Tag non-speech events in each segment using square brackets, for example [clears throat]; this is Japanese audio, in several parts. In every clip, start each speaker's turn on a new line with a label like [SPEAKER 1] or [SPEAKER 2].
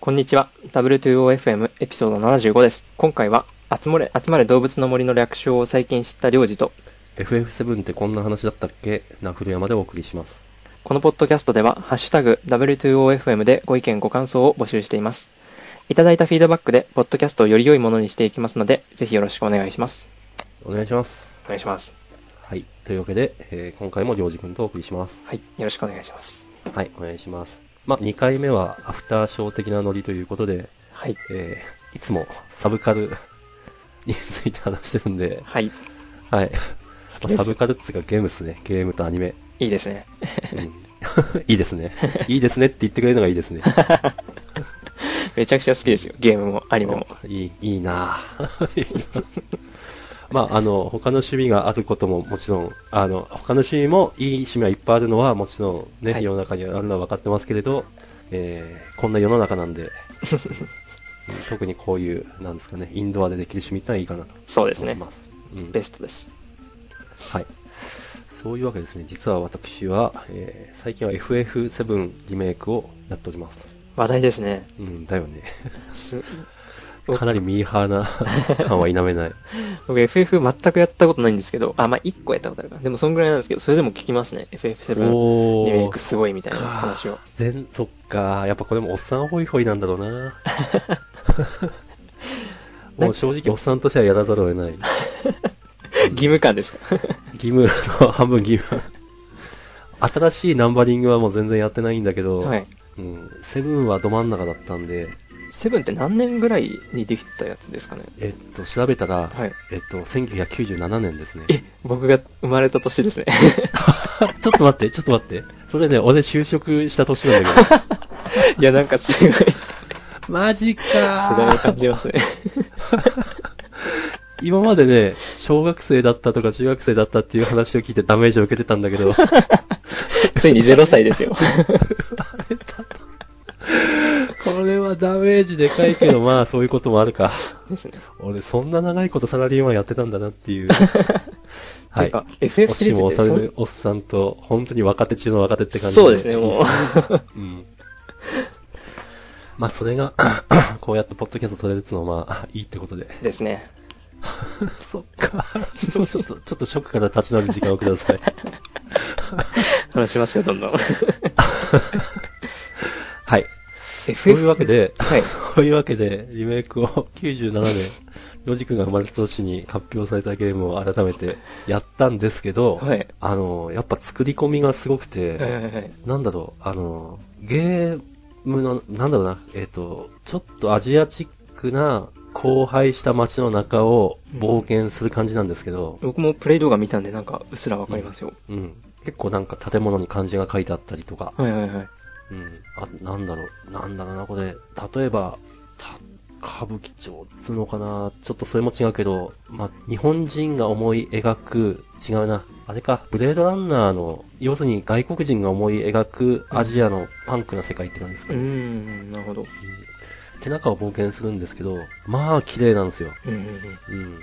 [SPEAKER 1] こんにちは。W2OFM エピソード75です。今回は、集まれ、集まれ動物の森の略称を最近知った領事と、
[SPEAKER 2] FF7 ってこんな話だったっけな古山でお送りします。
[SPEAKER 1] このポッドキャストでは、ハッシュタグ W2OFM でご意見ご感想を募集しています。いただいたフィードバックで、ポッドキャストをより良いものにしていきますので、ぜひよろしくお願いします。
[SPEAKER 2] お願いします
[SPEAKER 1] お。願いします。
[SPEAKER 2] はい。というわけで、えー今回も行司君とお送りします。
[SPEAKER 1] はい。よろしくお願いします。
[SPEAKER 2] はい、お願いします。まあ、2回目はアフターショー的なノリということで、
[SPEAKER 1] はい。
[SPEAKER 2] えーいつもサブカル [laughs] について話してるんで、
[SPEAKER 1] はい。
[SPEAKER 2] はい。
[SPEAKER 1] 好き
[SPEAKER 2] ま
[SPEAKER 1] で
[SPEAKER 2] あサ
[SPEAKER 1] す
[SPEAKER 2] ブ。カルっつうかゲームですね。ゲームとアニメ。
[SPEAKER 1] いいですね。 [laughs]
[SPEAKER 2] うん [laughs] いいですね。いいですねって言ってくれるのがいいですね。
[SPEAKER 1] めちゃくちゃ好きですよ。ゲームもアニメも。
[SPEAKER 2] いい、いいな [laughs] ぁいいなぁまあ、あの、他の趣味があることももちろん、あの、他の趣味もいい趣味はいっぱいあるのはもちろんね、
[SPEAKER 1] はい
[SPEAKER 2] 世の中にあるのは分かってますけれど、えーこんな世の中なんで、 [laughs] うん特にこういう、なんですかね、インドアでできる趣味ってのはいいかなと
[SPEAKER 1] そうです
[SPEAKER 2] 思い
[SPEAKER 1] ね。
[SPEAKER 2] ます。うん
[SPEAKER 1] ベストです。
[SPEAKER 2] はい。そういうわけですね、実は私は、えー最近は FF7 リメイクをやっておりますと。
[SPEAKER 1] 話題ですね。
[SPEAKER 2] うん、だよ
[SPEAKER 1] [laughs]
[SPEAKER 2] ね。
[SPEAKER 1] すお
[SPEAKER 2] かなりミーハーな感は否めない。
[SPEAKER 1] 僕 FF 全くやったことないんですけど、あ、まあ、1個やったことあるかな。でもそんぐらいなんですけど、それでも聞きますね。FF7
[SPEAKER 2] お
[SPEAKER 1] リメイ
[SPEAKER 2] ー
[SPEAKER 1] クすごいみたいな話を。
[SPEAKER 2] 全、そっか。やっぱこれもおっさんホイホイなんだろうな。
[SPEAKER 1] [laughs]
[SPEAKER 2] もう正直おっさんとしてはやらざるを得ない。
[SPEAKER 1] [laughs] 義務感ですか
[SPEAKER 2] 義務、そう半分義務。新しいナンバリングはもう全然やってないんだけど、
[SPEAKER 1] [laughs] はい。
[SPEAKER 2] うん、セブンはど真ん中だったんで、
[SPEAKER 1] セブンって何年ぐらいにできたやつですかね
[SPEAKER 2] えっと、調べたら、
[SPEAKER 1] はい
[SPEAKER 2] えっと、1997年ですね。 [laughs]
[SPEAKER 1] え、僕が生まれた年ですね。 [laughs]
[SPEAKER 2] ちょっと待って、ちょっと待って。それね、俺就職した年なんだ
[SPEAKER 1] [laughs]
[SPEAKER 2] けど。
[SPEAKER 1] いや、なんかすごい世
[SPEAKER 2] マジか
[SPEAKER 1] 代を感じ
[SPEAKER 2] [laughs]
[SPEAKER 1] ますね。
[SPEAKER 2] 今までね、小学生だったとか中学生だったっていう話を聞いてダメージを受けてたんだけ [laughs] ど、
[SPEAKER 1] ついに0歳 [laughs] ですよ。
[SPEAKER 2] これはダメージでかいけど、まあそういうこともある [laughs] か。
[SPEAKER 1] ですね。
[SPEAKER 2] 俺そんな長いことサラリーマンやってたんだなって [laughs] いう。は
[SPEAKER 1] て
[SPEAKER 2] い
[SPEAKER 1] か。FF
[SPEAKER 2] も
[SPEAKER 1] シリ
[SPEAKER 2] し
[SPEAKER 1] ーズ
[SPEAKER 2] も
[SPEAKER 1] ってそ
[SPEAKER 2] さ
[SPEAKER 1] ん
[SPEAKER 2] れるおっさんと、本当に若手中の若手って感じ
[SPEAKER 1] そうですね、もう。
[SPEAKER 2] うん。まあそれが、 [clears throat] こうやってポッドキャスト撮れるっていうのはまあいいってことで。
[SPEAKER 1] ですね。
[SPEAKER 2] [laughs] そっ [laughs] か。もうちょっと、ちょっとショックから立ち直る時間をください。
[SPEAKER 1] 話しますよ、どんどん。
[SPEAKER 2] [laughs] はい。そう
[SPEAKER 1] FF
[SPEAKER 2] いうわけで、
[SPEAKER 1] はい。
[SPEAKER 2] [laughs] そういうわけで、リメイクを97年、ヨジ君が生まれた年に発表されたゲームを改めてやったんですけど、
[SPEAKER 1] はい
[SPEAKER 2] あの、やっぱ作り込みがすごくて、
[SPEAKER 1] はいはいはい。
[SPEAKER 2] なんだろう、あの、ゲームの、なんだろうな、えっ、と、ちょっとアジアチックな、荒廃した街の中を冒険する感じなんですけど、
[SPEAKER 1] 僕もプレイ動画見たんで、なんか、うっすらわかりますよ。
[SPEAKER 2] うん。結構なんか建物に漢字が書いてあったりとか、
[SPEAKER 1] はいはいはい。
[SPEAKER 2] うん。あ、なんだろう、なんだろうな、これ、例えば、た歌舞伎町っつうのかな、ちょっとそれも違うけど、まあ、日本人が思い描く、違うな、あれか、ブレードランナーの、要するに外国人が思い描くアジアのパンクな世界って感じです
[SPEAKER 1] う
[SPEAKER 2] か
[SPEAKER 1] ー
[SPEAKER 2] ね。
[SPEAKER 1] ん、なるほど。
[SPEAKER 2] 手中を冒険するんですけど、まあ、綺麗なんですよ。
[SPEAKER 1] うんうんうん。
[SPEAKER 2] うん。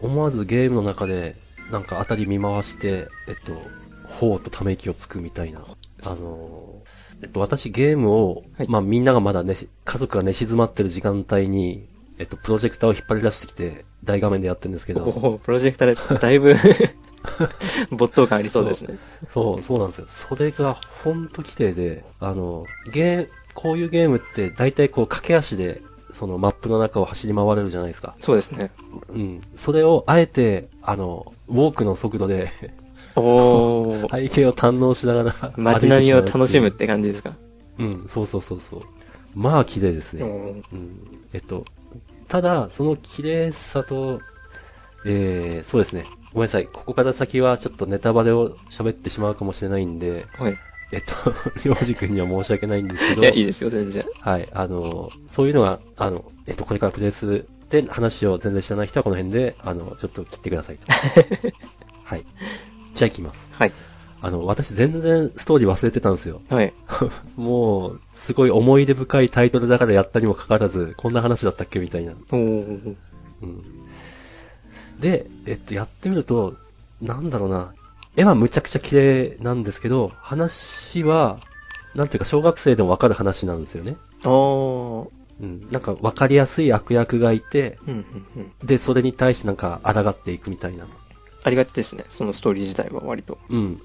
[SPEAKER 2] 思わずゲームの中で、なんか辺り見回して、えっと、ほうとため息をつくみたいな。あのーえっと、私ゲームを、
[SPEAKER 1] はい
[SPEAKER 2] まあみんながまだね、家族が寝静まってる時間帯に、えっと、プロジェクターを引っ張り出してきて、大画面でやってるんですけ
[SPEAKER 1] お
[SPEAKER 2] ど、
[SPEAKER 1] おープロジェクターです。だい [laughs] ぶ、没頭感ありそうですね。
[SPEAKER 2] そう、そうなんですよ。それがほんと綺麗で、あの、ゲー、こういうゲームって大体こう駆け足で、そのマップの中を走り回れるじゃないですか。
[SPEAKER 1] そうですね。
[SPEAKER 2] うん。それをあえて、あの、ウォークの速度で、
[SPEAKER 1] おー、
[SPEAKER 2] [laughs] 背景を堪能しながら
[SPEAKER 1] [laughs] 街並みを楽しむって感じですか。
[SPEAKER 2] うん、そうそうそうそう。まあ、綺麗です
[SPEAKER 1] お
[SPEAKER 2] ね。
[SPEAKER 1] ー
[SPEAKER 2] うん。えっと、ただ、その綺麗さと、えー、そうですね。ごめんなさい。ここから先はちょっとネタバレを喋ってしまうかもしれないんで、
[SPEAKER 1] はい。
[SPEAKER 2] えっと、 [laughs] りょうじくんには申し訳ないんですけど
[SPEAKER 1] いや、、いいですよ、全然。
[SPEAKER 2] はい、あの、そういうのが、あの、えっと、これからプレイするで話を全然知らない人はこの辺で、あの、ちょっと切ってく
[SPEAKER 1] [laughs]
[SPEAKER 2] ださいと。はい。じゃあ行きます。
[SPEAKER 1] はい。
[SPEAKER 2] あの、私全然ストーリー忘れてたんですよ。 [laughs]
[SPEAKER 1] はい。
[SPEAKER 2] もう、すごい思い出深いタイトルだからやったにもかかわらず、こんな話だったっけみたいな。
[SPEAKER 1] おー、
[SPEAKER 2] うん。で、えっと、やってみると、なんだろうな。絵はむちゃくちゃ綺麗なんですけど、話は、なんていうか、小学生でもわかる話なんですよね。
[SPEAKER 1] あー、
[SPEAKER 2] なんか分かりやすい悪役がいて、
[SPEAKER 1] うんうんうん。
[SPEAKER 2] で、それに対してなんか抗っていくみたいな。
[SPEAKER 1] ありがちですね。そのストーリー自体は割と。
[SPEAKER 2] うん。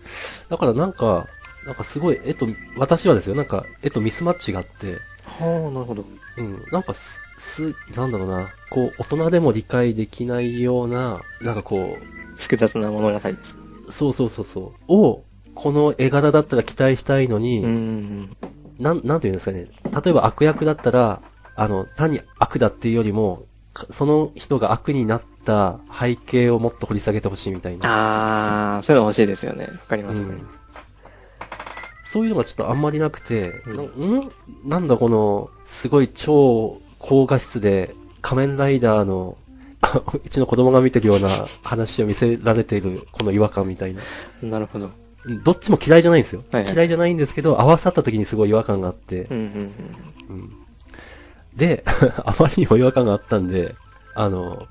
[SPEAKER 2] だからなんか、なんかすごい絵と、私はですよ、なんか絵とミスマッチがあって、
[SPEAKER 1] はあ、なるほど。
[SPEAKER 2] うん、なんかす、す、なんだろうな、こう、大人でも理解できないような、なんかこ
[SPEAKER 1] 複雑な物語です。
[SPEAKER 2] う、そうそうそうそう、を、この絵柄だったら期待したいのに、
[SPEAKER 1] うんうん
[SPEAKER 2] なん、なんていうんですかね、例えば悪役だったら、あの、単に悪だっていうよりも、かその人が悪になった背景をもっと掘り下げてほしいみたい
[SPEAKER 1] うん。
[SPEAKER 2] な。
[SPEAKER 1] あー、そういうの欲しいですよね。わかり
[SPEAKER 2] う
[SPEAKER 1] ますね。
[SPEAKER 2] んそういうのがちょっとあんまりなくて、
[SPEAKER 1] うん
[SPEAKER 2] なうん、なんだこの、すごい超高画質で、仮面ライダーの、 [laughs] あうちの子供が見てるような話を見せられている、この違和感みたいな。
[SPEAKER 1] なるほど。
[SPEAKER 2] うんどっちも嫌いじゃないんですよ。
[SPEAKER 1] はいはい
[SPEAKER 2] 嫌いじゃないんですけど、合わさった時にすごい違和感があって、
[SPEAKER 1] うんうんうん。
[SPEAKER 2] うんで、 [laughs] あまりにも違和感があったんで、あの、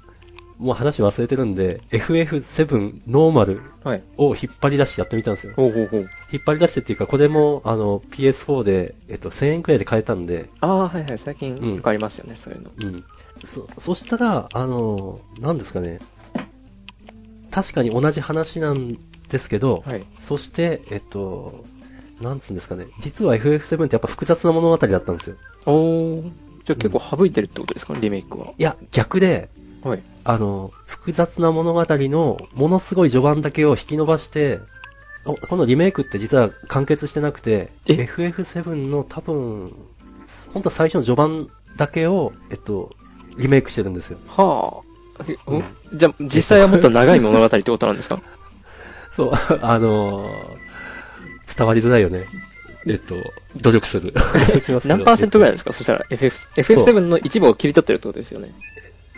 [SPEAKER 2] もう話忘れてるんで、FF7 ノーマル
[SPEAKER 1] はい。
[SPEAKER 2] を引っ張り出してやってみたんですよ。
[SPEAKER 1] ほうほうほう。
[SPEAKER 2] 引っ張り出してっていうか、これも、あの、PS4 で、えっと、1000円くらいで買えたんで、
[SPEAKER 1] あー、はいはい。最近
[SPEAKER 2] うん
[SPEAKER 1] よくありますよね、そういうの。
[SPEAKER 2] うん。そ、そしたら、あの、なんですかね。確かに同じ話なんですけど、
[SPEAKER 1] はい。
[SPEAKER 2] そして、えっと、なんつうんですかね。実は FF7 ってやっぱ複雑な物語だったんですよ。
[SPEAKER 1] おー。じゃあ結構省いてるってことですか、リメイクは。
[SPEAKER 2] いや、逆で、
[SPEAKER 1] はい。
[SPEAKER 2] あの、複雑な物語のものすごい序盤だけを引き伸ばして、おこのリメイクって実は完結してなくて、
[SPEAKER 1] え
[SPEAKER 2] FF7 の多分、本当は最初の序盤だけを、えっと、リメイクしてるんですよ。
[SPEAKER 1] はあ。え
[SPEAKER 2] うん
[SPEAKER 1] おじゃあ、実際はもっと長い物語ってことなんです [laughs] か
[SPEAKER 2] そう、 [laughs] あのー伝わりづらいよね。えっと、努力する。努力しますけ
[SPEAKER 1] [laughs]
[SPEAKER 2] ど
[SPEAKER 1] 何パーセントぐらいなんですかそしたら FF、FF7 の一部を切り取ってるってことですよね。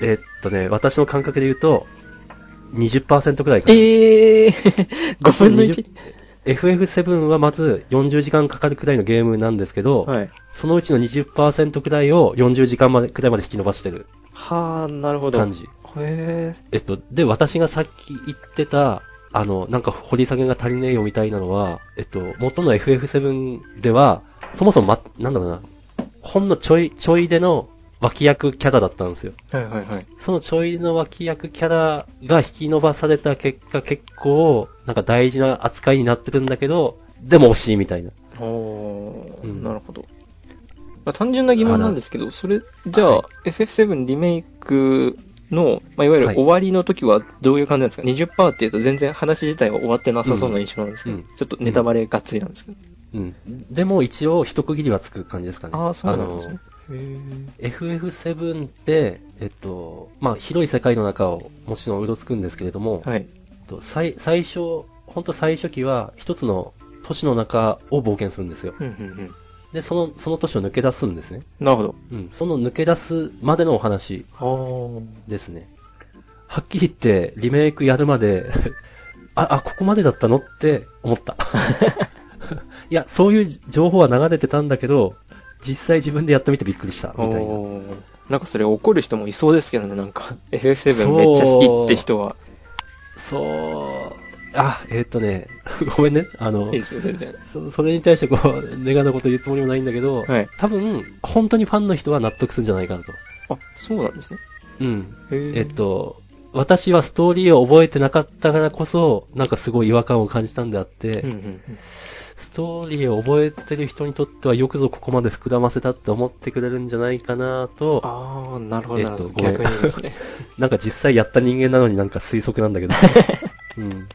[SPEAKER 2] えっとね、私の感覚で言うと、20%ぐらいかな。
[SPEAKER 1] ええー、5分の 1?
[SPEAKER 2] FF7 はまず40時間かかるくらいのゲームなんですけど、
[SPEAKER 1] はい。
[SPEAKER 2] そのうちの20%くらいを40時間までくらいまで引き伸ばしてる
[SPEAKER 1] はあ、なるほど。
[SPEAKER 2] 感じ。
[SPEAKER 1] へ
[SPEAKER 2] えっと、で、私がさっき言ってた、あの、なんか掘り下げが足りねえよみたいなのは、えっと、元の FF7 では、そもそも、ま、なんだろうな、ほんのちょい、ちょいでの脇役キャラだったんですよ。
[SPEAKER 1] え。はいはいはい。
[SPEAKER 2] そのちょいの脇役キャラが引き伸ばされた結果結構、なんか大事な扱いになってるんだけど、でも惜しいみたいな。
[SPEAKER 1] おー、
[SPEAKER 2] うん
[SPEAKER 1] なるほど。まあ、単純な疑問なんですけど、それ、じゃあ、
[SPEAKER 2] は
[SPEAKER 1] FF7 リメイクの、まあ、いわゆる
[SPEAKER 2] はい
[SPEAKER 1] 終わりの時はどういう感じなんですか、?20% っていうと全然話自体は終わってなさそうな印象なんですけど、
[SPEAKER 2] うんうん
[SPEAKER 1] ちょっとネタバレがっつりなんですけど。
[SPEAKER 2] うん。でも一応一区切りはつく感じですかね。
[SPEAKER 1] ああ、そうなんです
[SPEAKER 2] あの
[SPEAKER 1] ね。へ
[SPEAKER 2] FF7 って、えっと、まあ、広い世界の中をもちろんうろつくんですけれども、
[SPEAKER 1] え。はい。
[SPEAKER 2] えっと最最初、本当最初期は一つの都市の中を冒険するんですよ。
[SPEAKER 1] うんうんうん。
[SPEAKER 2] で、その、その都市を抜け出すんですね。
[SPEAKER 1] なるほど。
[SPEAKER 2] うん。その抜け出すまでのお話
[SPEAKER 1] あ
[SPEAKER 2] ですね。はっきり言って、リメイクやるまで、 [laughs] あ、あ、ここまでだったのって
[SPEAKER 1] [laughs]
[SPEAKER 2] 思った。いや、そういう情報は流れてたんだけど、実際自分でやってみてびっくりした、みたいな。
[SPEAKER 1] おーなんかそれ怒る人もいそうですけどね、なんか。FF7 めっちゃ好きって人は。
[SPEAKER 2] そう、あ、えーっとね、 [laughs] ごめんね、あの
[SPEAKER 1] いい、ですよ、全然。
[SPEAKER 2] そそれに対してこう、 [laughs] ネガなこと言うつもりもないんだけど、
[SPEAKER 1] はい
[SPEAKER 2] 多分、本当にファンの人は納得するんじゃないかなと。
[SPEAKER 1] あ、そうなんですね。
[SPEAKER 2] うん。
[SPEAKER 1] へー
[SPEAKER 2] えっと、私はストーリーを覚えてなかったからこそ、なんかすごい違和感を感じたんであって、
[SPEAKER 1] うんうんうん。
[SPEAKER 2] ストーリーを覚えてる人にとってはよくぞここまで膨らませたって思ってくれるんじゃないかなと、
[SPEAKER 1] ああ、なるほど、
[SPEAKER 2] えっ
[SPEAKER 1] なるほ
[SPEAKER 2] と
[SPEAKER 1] ど。
[SPEAKER 2] ごめん
[SPEAKER 1] 逆に [laughs] ですね。
[SPEAKER 2] なんか実際やった人間なのになんか推測なんだけど。うん。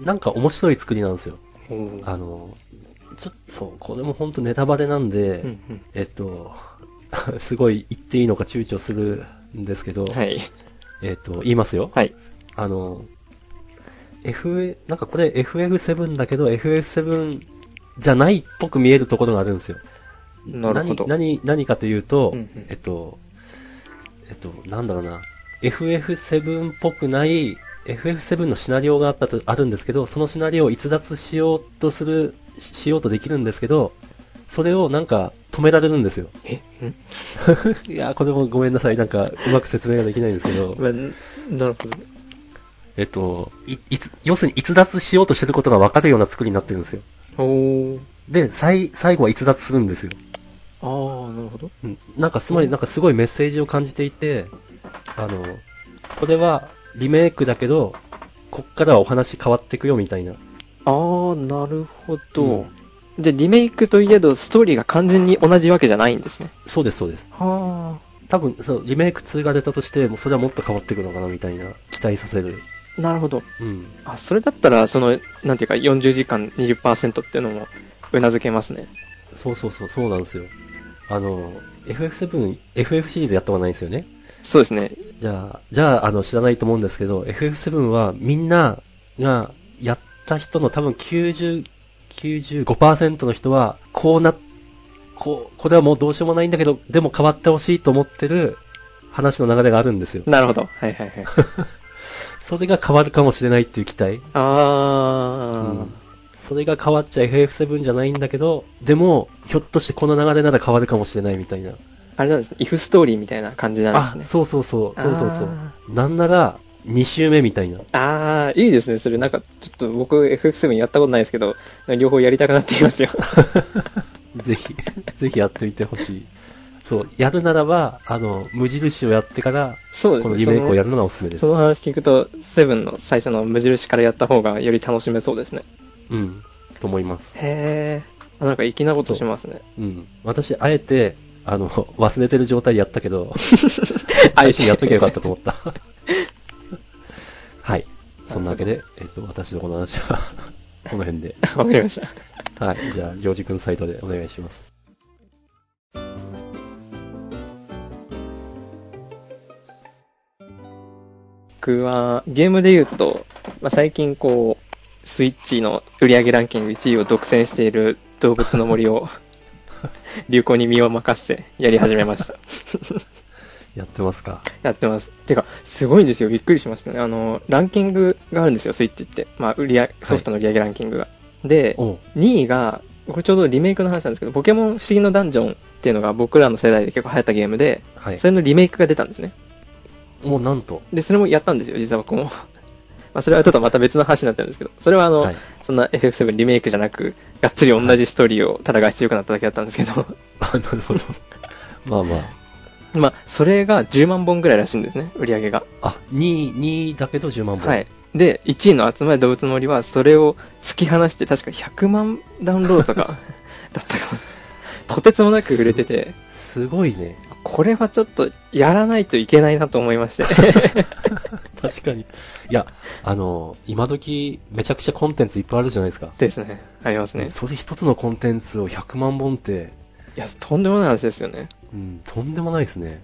[SPEAKER 2] なんか面白い作りなんですよ。
[SPEAKER 1] おー
[SPEAKER 2] あの、ちょっと、そう、これも本当ネタバレなんで、
[SPEAKER 1] うんうん
[SPEAKER 2] えっと、 [laughs] すごい言っていいのか躊躇するんですけど、
[SPEAKER 1] はい。
[SPEAKER 2] えっと、言いますよ。
[SPEAKER 1] はい。
[SPEAKER 2] あの、F、なんかこれ FF7 だけど FF7 じゃないっぽく見えるところがあるんですよ。
[SPEAKER 1] なるほど。
[SPEAKER 2] 何、何、何かというと、
[SPEAKER 1] うんうん
[SPEAKER 2] えっと、えっと、なんだろうな、FF7 っぽくない、FF7 のシナリオがあったと、あるんですけど、そのシナリオを逸脱しようとする、ししようとできるんですけど、それをなんか止められるんで
[SPEAKER 1] [laughs]
[SPEAKER 2] すよ。
[SPEAKER 1] えん
[SPEAKER 2] いやー、これもごめんなさい。なんか、うまく説明ができないんですけど、
[SPEAKER 1] まあんなるほど。
[SPEAKER 2] えっと、い、いつ、要するに逸脱しようとしてることがわかるような作りになってるんですよ。
[SPEAKER 1] おー
[SPEAKER 2] で、最、最後は逸脱するんですよ。
[SPEAKER 1] ああ、なるほど。こと
[SPEAKER 2] うんなんかすごい、なんかすごいメッセージを感じていて、あの、これはリメイクだけど、こっからはお話変わっていくよみたいな。
[SPEAKER 1] あー、なるほど。じゃあリメイクといえど、ストーリーが完全に同じわけじゃないんですね。
[SPEAKER 2] そうです、そうです。
[SPEAKER 1] は
[SPEAKER 2] 多分、そう、リメイク2が出たとして、もうそれはもっと変わっていくのかなみたいな、期待させる。
[SPEAKER 1] あ、なるほど。
[SPEAKER 2] うん。
[SPEAKER 1] あ、それだったら、その、なんていうか、40時間20%っていうのも、うなずけますね。
[SPEAKER 2] そうそうそう、そうなんですよ。あの、FF7、FF シリーズやったことないんですよね。
[SPEAKER 1] そうですね。
[SPEAKER 2] じゃあ、じゃあ、あの、知らないと思うんですけど、FF7 はみんながやった人の多分90、95%の人は、こうな、こう、これはもうどうしようもないんだけど、でも変わってほしいと思ってる話の流れがあるんですよ。
[SPEAKER 1] なるほど。はいはいはい。
[SPEAKER 2] [laughs] それが変わるかもしれないっていう期待。
[SPEAKER 1] [laughs] あー。
[SPEAKER 2] それが変わっちゃ FF7 じゃないんだけど、でも、ひょっとしてこの流れなら変わるかもしれないみたいな。
[SPEAKER 1] あれなんですね。イフストーリーみたいな感じなん
[SPEAKER 2] あ、
[SPEAKER 1] ですね。
[SPEAKER 2] そうそうそう、そうそうそう
[SPEAKER 1] あ。
[SPEAKER 2] なんなら、2周目みたいな。
[SPEAKER 1] あー、いいですね。それなんか、ちょっと僕 FF7 やったことないですけど、両方やりたくなってき
[SPEAKER 2] [laughs]
[SPEAKER 1] ますよ。
[SPEAKER 2] ぜひ、 [laughs] ぜひやってみてほしい。そう、やるならば、あの、無印をやってから、
[SPEAKER 1] そうですね。
[SPEAKER 2] このリメイクをやるのがおすすめです
[SPEAKER 1] そ。の話聞くと、セブンの最初の無印からやった方がより楽しめそうですね。
[SPEAKER 2] うん、と思います。
[SPEAKER 1] へー。あなんか粋なことしますね。
[SPEAKER 2] うん。私、あえて、あの、忘れてる状態でやった
[SPEAKER 1] [laughs]
[SPEAKER 2] けど、
[SPEAKER 1] あ
[SPEAKER 2] 最初にやっときゃよかったと思った。はい。そんなわけで、えっと、私のこの話は、 [laughs] この辺で。 [laughs]
[SPEAKER 1] わかりました。
[SPEAKER 2] はい。じゃあ、りょうじくんサイトでお願いします。
[SPEAKER 1] 僕は、ゲームで言うと、まあ、最近こう、スイッチの売り上げランキング1位を独占している動物の森を、流行に身を任せてやり始めました。
[SPEAKER 2] やってますか
[SPEAKER 1] やってます。てか、すごいんですよ。びっくりしましたね。あの、ランキングがあるんですよ、スイッチって。まあ、売り上げ、ソフトの売り上げランキングが。で、
[SPEAKER 2] おう
[SPEAKER 1] 2位が、これちょうどリメイクの話なんですけど、ポケモン不思議のダンジョンっていうのが僕らの世代で結構流行ったゲームで、
[SPEAKER 2] はい
[SPEAKER 1] そ。れのリメイクが出たんですね。
[SPEAKER 2] もうなんと。 [laughs]
[SPEAKER 1] で、それもやったんですよ、実は僕も。 [laughs] まあ、それはちょっとまた別の話になってるんですけど、それはあの、
[SPEAKER 2] はい
[SPEAKER 1] そんな FF7 リメイクじゃなく、がっつり同じストーリーをただが強くなっただけだったんですけど、 [laughs]
[SPEAKER 2] あ、なるほど。まあまあ。
[SPEAKER 1] まあ、それが10万本ぐらいらしいんですね、売り上げが。
[SPEAKER 2] あ、2位、2位だけど10万本。
[SPEAKER 1] はい。。で、1位の集まり動物の森は、それを突き放して、確か100万ダウンロードとか、だったかな。とてつもなく売れてて、
[SPEAKER 2] すごい
[SPEAKER 1] [laughs]
[SPEAKER 2] ね。
[SPEAKER 1] これはちょっとやらないといけないなと思いまして。
[SPEAKER 2] 確かに。いや、あの、今時、めちゃくちゃコンテンツいっぱいあるじゃないですか。
[SPEAKER 1] ですね。ありますね。
[SPEAKER 2] それ一つのコンテンツを100万本って、
[SPEAKER 1] いや、とんでもない話ですよね。
[SPEAKER 2] うん、とんでもないですね。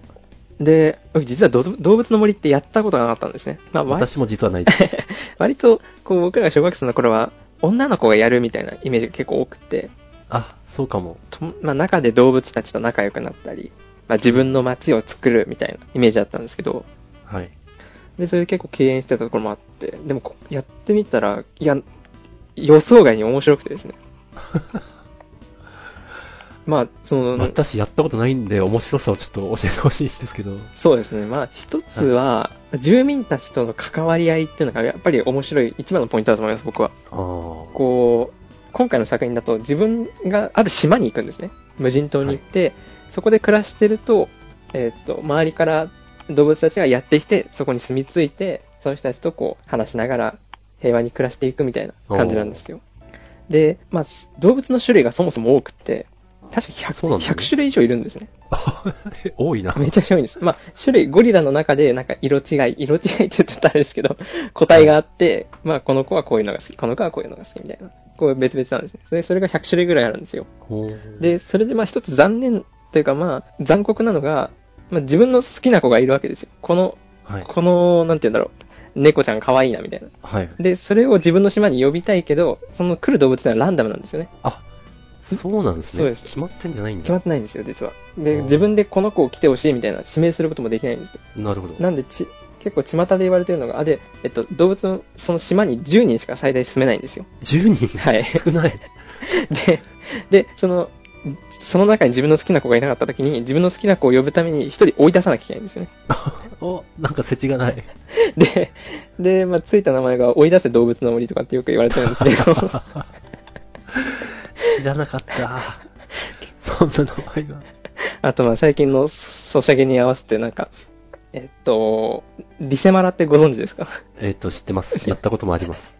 [SPEAKER 1] で、僕実はど動物の森ってやったことがなかったんですね。まあ、わ
[SPEAKER 2] 私も
[SPEAKER 1] [laughs]
[SPEAKER 2] 実はないです。
[SPEAKER 1] 割と、こう、僕らが小学生の頃は、女の子がやるみたいなイメージが結構多くて、
[SPEAKER 2] あ、そうかも。
[SPEAKER 1] とまあ、中で動物たちと仲良くなったり、まあ、自分の街を作るみたいなイメージだったんですけど、
[SPEAKER 2] はい。
[SPEAKER 1] で、それで結構敬遠してたところもあって、でもこ、やってみたら、いや、予想外に面白くてですね。まあ、その、
[SPEAKER 2] 私やったことないんで、面白さをちょっと教えてほしいですけど。
[SPEAKER 1] そうですね。まあ、一つは、住民たちとの関わり合いっていうのが、やっぱり面白い一番のポイントだと思います、僕は。
[SPEAKER 2] ああ。
[SPEAKER 1] こう、今回の作品だと自分がある島に行くんですね。無人島に行って、そこで暮らしてると、えっ、と、周りから動物たちがやってきて、そこに住み着いて、その人たちとこう、話しながら平和に暮らしていくみたいな感じなんですよ。で、まあ、動物の種類がそもそも多くて、確か
[SPEAKER 2] そう
[SPEAKER 1] 100,、
[SPEAKER 2] なんだね
[SPEAKER 1] 100種類以上いるんですね。
[SPEAKER 2] [laughs] 多いな。
[SPEAKER 1] めちゃくちゃ多いんです。まあ、種類、ゴリラの中で、なんか色違い、色違いって言っちゃったらあれですけど、個体があって、まあ、この子はこういうのが好き、この子はこういうのが好きみたいな。こう別々なんですね。それそれが100種類ぐらいあるんですよ。
[SPEAKER 2] ほう、
[SPEAKER 1] で、それでまあ一つ残念というかまあ、残酷なのが、まあ自分の好きな子がいるわけですよ。この、
[SPEAKER 2] はい。
[SPEAKER 1] この、なんて言うんだろう。猫ちゃん可愛いなみたいな。
[SPEAKER 2] はい。
[SPEAKER 1] で、それを自分の島に呼びたいけど、その来る動物ってのはランダムなんですよね。
[SPEAKER 2] あ、そうなんですね。
[SPEAKER 1] そうです
[SPEAKER 2] 決まってんじゃないん
[SPEAKER 1] 決ま
[SPEAKER 2] だ
[SPEAKER 1] っ。てないんですよ、実は。
[SPEAKER 2] う
[SPEAKER 1] で、
[SPEAKER 2] ん
[SPEAKER 1] 自分でこの子を来てほしいみたいな指名することもできないんです。
[SPEAKER 2] なるほど。
[SPEAKER 1] なんでち、結構巷で言われてるのが、あ、で、えっと、動物の、その島に10人しか最大住めないんですよ。 [laughs]
[SPEAKER 2] 10人
[SPEAKER 1] はい。
[SPEAKER 2] 少ない。
[SPEAKER 1] で、で、その、その中に自分の好きな子がいなかった時に、自分の好きな子を呼ぶために一人追い出さなきゃいけないんですよね。 [laughs]
[SPEAKER 2] お、なんか世知がない。
[SPEAKER 1] で、で、まあ、ついた名前が追い出せ動物の森とかってよく言われてるんですけど、
[SPEAKER 2] [laughs] 知らなかった。そんな名前が。
[SPEAKER 1] あとまあ最近のソシャゲに合わせてなんか、えっと、リセマラってご存知ですか [laughs]
[SPEAKER 2] えっ、と、知ってます。やったこともあります。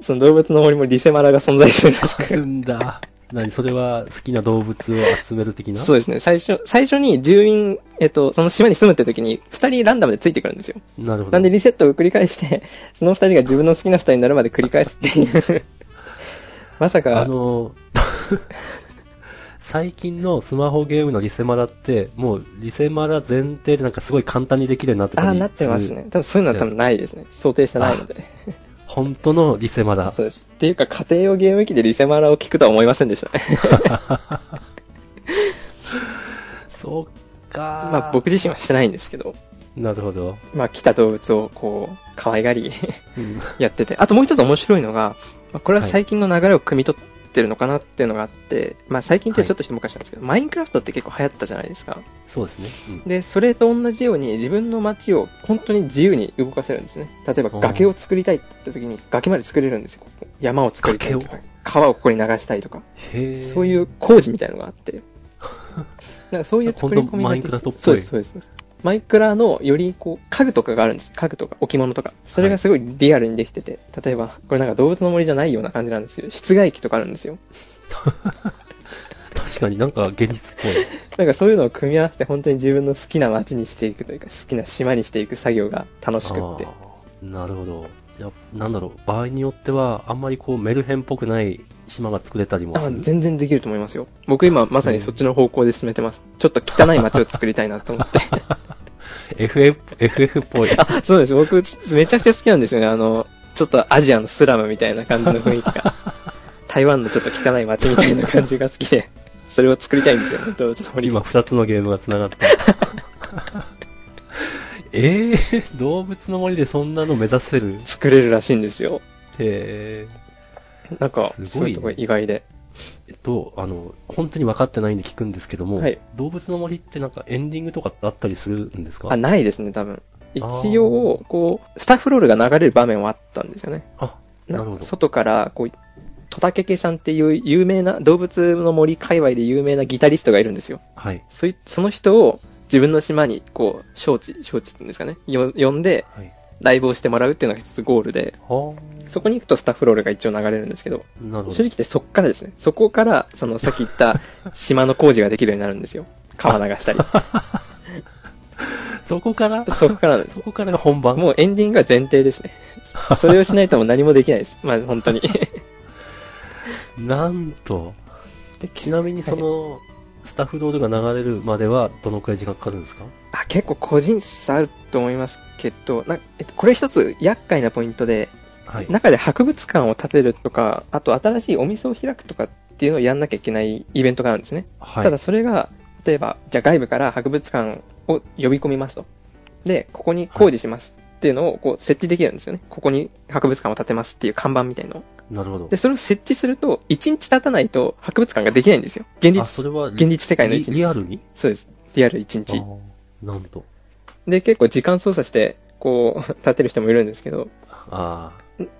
[SPEAKER 1] その動物の森もリセマラが存在するらし
[SPEAKER 2] あ
[SPEAKER 1] く。
[SPEAKER 2] るんだ。何それは好きな動物を集める的な
[SPEAKER 1] そうですね。最初、最初に住員、えっと、その島に住むって時に、二人ランダムでついてくるんですよ。
[SPEAKER 2] なるほど。
[SPEAKER 1] なんでリセットを繰り返して、 [laughs] その二人が自分の好きなスタイルになるまで繰り返すっていう。
[SPEAKER 2] [laughs]
[SPEAKER 1] まさ
[SPEAKER 2] あ
[SPEAKER 1] か、
[SPEAKER 2] の、 [laughs] 最近のスマホゲームのリセマラって、もうリセマラ前提でなんかすごい簡単にできるようになってたり
[SPEAKER 1] ああ、なってますね。多分そういうのは多分ないですね。想定してないので。
[SPEAKER 2] する本当のリセマラ。
[SPEAKER 1] そうです。っていうか、家庭用ゲーム機でリセマラを聞くとは思いませんでしたね。
[SPEAKER 2] [laughs] [laughs] そうか。
[SPEAKER 1] まあ僕自身はしてないんですけど、
[SPEAKER 2] なるほど。
[SPEAKER 1] まあ来た動物をこう、可愛がり
[SPEAKER 2] うん
[SPEAKER 1] やってて、あともう一つ面白いのが、まあこれは最近の流れを汲み取ってるのかなっていうのがあって、まあ最近ってちょっと一昔なんですけど、マインクラフトって結構流行ったじゃないですか。
[SPEAKER 2] そうですね。うん
[SPEAKER 1] で、それと同じように自分の街を本当に自由に動かせるんですね。例えば崖を作りたいって言った時に崖まで作れるんですよ。ここ山を作りたいとか
[SPEAKER 2] 崖、
[SPEAKER 1] 川をここに流したいとか、
[SPEAKER 2] へえ。
[SPEAKER 1] そういう工事みたいのがあ
[SPEAKER 2] [laughs]
[SPEAKER 1] って。なんかそういう作り込みができ
[SPEAKER 2] ほんとマイクラとっぽい
[SPEAKER 1] そうです、そうです。そうですマイクラのよりこう家具とかがあるんです。家具とか置物とか。それがすごいリアルにできてて、例えば、これなんか動物の森じゃないような感じなんですけど、室外機とかあるんですよ。
[SPEAKER 2] 確かになんか現実っぽい。
[SPEAKER 1] なんかそういうのを組み合わせて本当に自分の好きな街にしていくというか、好きな島にしていく作業が楽しくって。
[SPEAKER 2] あーなるほど。じゃあ、なんだろう。場合によっては、あんまりこうメルヘンっぽくない島が作れたりも
[SPEAKER 1] あ
[SPEAKER 2] する。
[SPEAKER 1] 全然できると思いますよ。僕今まさにそっちの方向で進めてます。ちょっと汚い街を作りたいなと思って。
[SPEAKER 2] FF、FF っぽい。 [laughs]
[SPEAKER 1] あ [laughs] そうです。僕、めちゃくちゃ好きなんですよね。あの、ちょっとアジアのスラムみたいな感じの雰囲気
[SPEAKER 2] [laughs]
[SPEAKER 1] が。台湾のちょっと汚い街みたいな感じが好きで、それを作りたいんですよね。動物森
[SPEAKER 2] 今、
[SPEAKER 1] が。
[SPEAKER 2] 二つのゲームが繋がった。 [laughs] ええー、動物の森でそんなの目指せるっ
[SPEAKER 1] 作れるらしいんですよ。
[SPEAKER 2] て、
[SPEAKER 1] なんか、
[SPEAKER 2] すごいね
[SPEAKER 1] そういうとこ意外で。
[SPEAKER 2] えっと、あの、本当に分かってないんで聞くんですけども、
[SPEAKER 1] はい
[SPEAKER 2] 動物の森ってなんかエンディングとかってあったりするんですか
[SPEAKER 1] あ、ないですね、多分。一
[SPEAKER 2] あー
[SPEAKER 1] 応、こう、スタッフロールが流れる場面はあったんですよね。
[SPEAKER 2] あ
[SPEAKER 1] な
[SPEAKER 2] なるほど。
[SPEAKER 1] 外から、こう、トタケケさんっていう有名な、動物の森界隈で有名なギタリストがいるんですよ。
[SPEAKER 2] はい。
[SPEAKER 1] そいその人を自分の島に、こう、招致、招致っていうんですかね。よ呼んで、
[SPEAKER 2] はい。
[SPEAKER 1] ライブをしてもらうっていうのが一つゴールで、
[SPEAKER 2] は
[SPEAKER 1] そこに行くとスタッフロールが一応流れるんですけど、
[SPEAKER 2] あ。なるほ
[SPEAKER 1] 正
[SPEAKER 2] ど
[SPEAKER 1] 直。ってそこからですね、そこから、そのさっき言 [laughs] った島の工事ができるようになるんですよ。川流した [laughs] り。
[SPEAKER 2] そこから
[SPEAKER 1] そこからなんです。
[SPEAKER 2] そこからが本番。
[SPEAKER 1] もうエンディングが前提ですね。それをしないともう何もできない [laughs] です。まあ本当に。
[SPEAKER 2] なんと。
[SPEAKER 1] で
[SPEAKER 2] ちなみにその、スタッフロールが流れるまではどのくらい時間かかるんですか
[SPEAKER 1] あ結構個人差あると思いますけど、なえっと、これ一つ厄介なポイントで、
[SPEAKER 2] はい。
[SPEAKER 1] 中で博物館を建てるとか、あと新しいお店を開くとかっていうのをやんなきゃいけないイベントがあるんですね。
[SPEAKER 2] はい
[SPEAKER 1] ただそれが、例えば、じゃあ外部から博物館を呼び込みますと。で、ここに工事しますっていうのをこう設置できるんですよね。ここに博物館を建てますっていう看板みたいのを。
[SPEAKER 2] なるほど
[SPEAKER 1] で、。それを設置すると、1日経たないと博物館ができないんですよ。現
[SPEAKER 2] あ、そ
[SPEAKER 1] 実、
[SPEAKER 2] れは
[SPEAKER 1] 現実世界の
[SPEAKER 2] リ
[SPEAKER 1] 1日。
[SPEAKER 2] リアルに
[SPEAKER 1] そうです。リアル1
[SPEAKER 2] あ
[SPEAKER 1] 日。
[SPEAKER 2] ーなんと。
[SPEAKER 1] で、結構時間操作して、こう、 [laughs] 立てる人もいるんですけど、
[SPEAKER 2] あ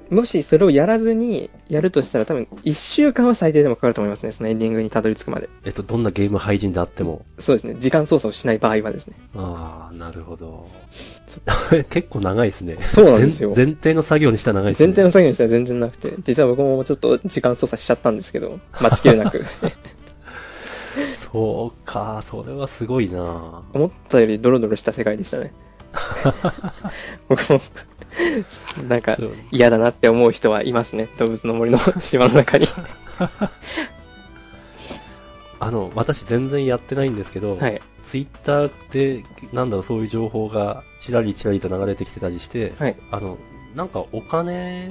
[SPEAKER 1] もしそれをやらずにやるとしたら多分1週間は最低でもかかると思いますね。そのエンディングにたどり着くまで。
[SPEAKER 2] ーえっと、どんなゲーム配信であっても。
[SPEAKER 1] そうですね。時間操作をしない場合はですね。
[SPEAKER 2] ああ、なるほど
[SPEAKER 1] そ。
[SPEAKER 2] [laughs] 結構長いですね。
[SPEAKER 1] そうなんですよ
[SPEAKER 2] 前前提の作業にしたら長いですね。
[SPEAKER 1] 前提の作業にしては全然なくて、実は僕もちょっと時間操作しちゃったんですけど、待ちきれな
[SPEAKER 2] [laughs]
[SPEAKER 1] く。
[SPEAKER 2] そうか、それはすごいな
[SPEAKER 1] 思ったよりドロドロした世界でした
[SPEAKER 2] [laughs]
[SPEAKER 1] ね。僕も、なんか
[SPEAKER 2] そう
[SPEAKER 1] 嫌だなって思う人はいますね。動物の
[SPEAKER 2] [laughs]
[SPEAKER 1] 森の島の中に。は
[SPEAKER 2] あの、私全然やってないんですけど、
[SPEAKER 1] い。
[SPEAKER 2] ツイッターで、なんだろう、そういう情報がちらりちらりと流れてきてたりして、
[SPEAKER 1] はい。
[SPEAKER 2] あの、なんかお金、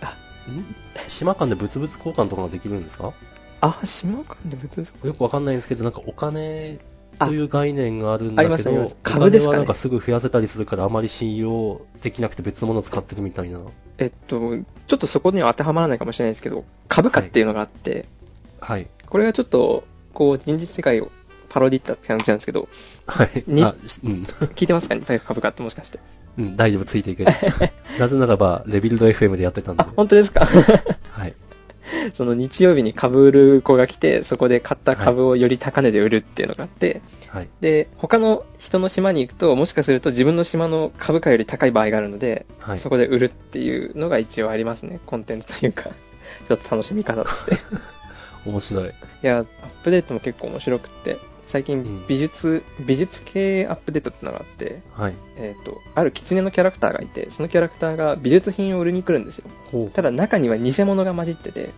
[SPEAKER 1] あ
[SPEAKER 2] ん島間で物々交換とかができるんですか
[SPEAKER 1] あ、島間で物々
[SPEAKER 2] よくわかんないんですけど、なんかお金という概念があるん
[SPEAKER 1] あり
[SPEAKER 2] だ
[SPEAKER 1] ま
[SPEAKER 2] け
[SPEAKER 1] すありま
[SPEAKER 2] ど
[SPEAKER 1] す、株ですか
[SPEAKER 2] お金
[SPEAKER 1] ね
[SPEAKER 2] はなんかすぐ増やせたりするからあまり信用できなくて別のものを使ってるみたいな。
[SPEAKER 1] えっと、ちょっとそこには当てはまらないかもしれないですけど、株価っていうのがあって、
[SPEAKER 2] はい。
[SPEAKER 1] これがちょっと、こう、現実世界をパロディったって感じなんですけど、
[SPEAKER 2] はい。
[SPEAKER 1] に
[SPEAKER 2] あしうん、
[SPEAKER 1] 聞いてますかね株価ってもしかして。
[SPEAKER 2] うん大
[SPEAKER 1] [laughs]
[SPEAKER 2] 丈夫、ついていける。なぜならば、レビルド FM でやってたんで。
[SPEAKER 1] あ、本当ですか
[SPEAKER 2] はい。
[SPEAKER 1] [laughs] その日曜日に株売る子が来て、そこで買った株をより高値で売るっていうのがあって、
[SPEAKER 2] はい。
[SPEAKER 1] で、他の人の島に行くと、もしかすると自分の島の株価より高い場合があるので、
[SPEAKER 2] はい
[SPEAKER 1] そこで売るっていうのが一応ありますね。コンテンツというか、 [laughs] 一つ楽しみ方と [laughs] して。い
[SPEAKER 2] 面白い。
[SPEAKER 1] や、アップデートも結構面白くって、最
[SPEAKER 2] うん
[SPEAKER 1] 近美術、美術系アップデートってのがあって、
[SPEAKER 2] はい。
[SPEAKER 1] えっ、と、ある狐のキャラクターがいて、そのキャラクターが美術品を売りに来るんですよ。
[SPEAKER 2] ほう。
[SPEAKER 1] [laughs] ただ中には偽物が混じってて、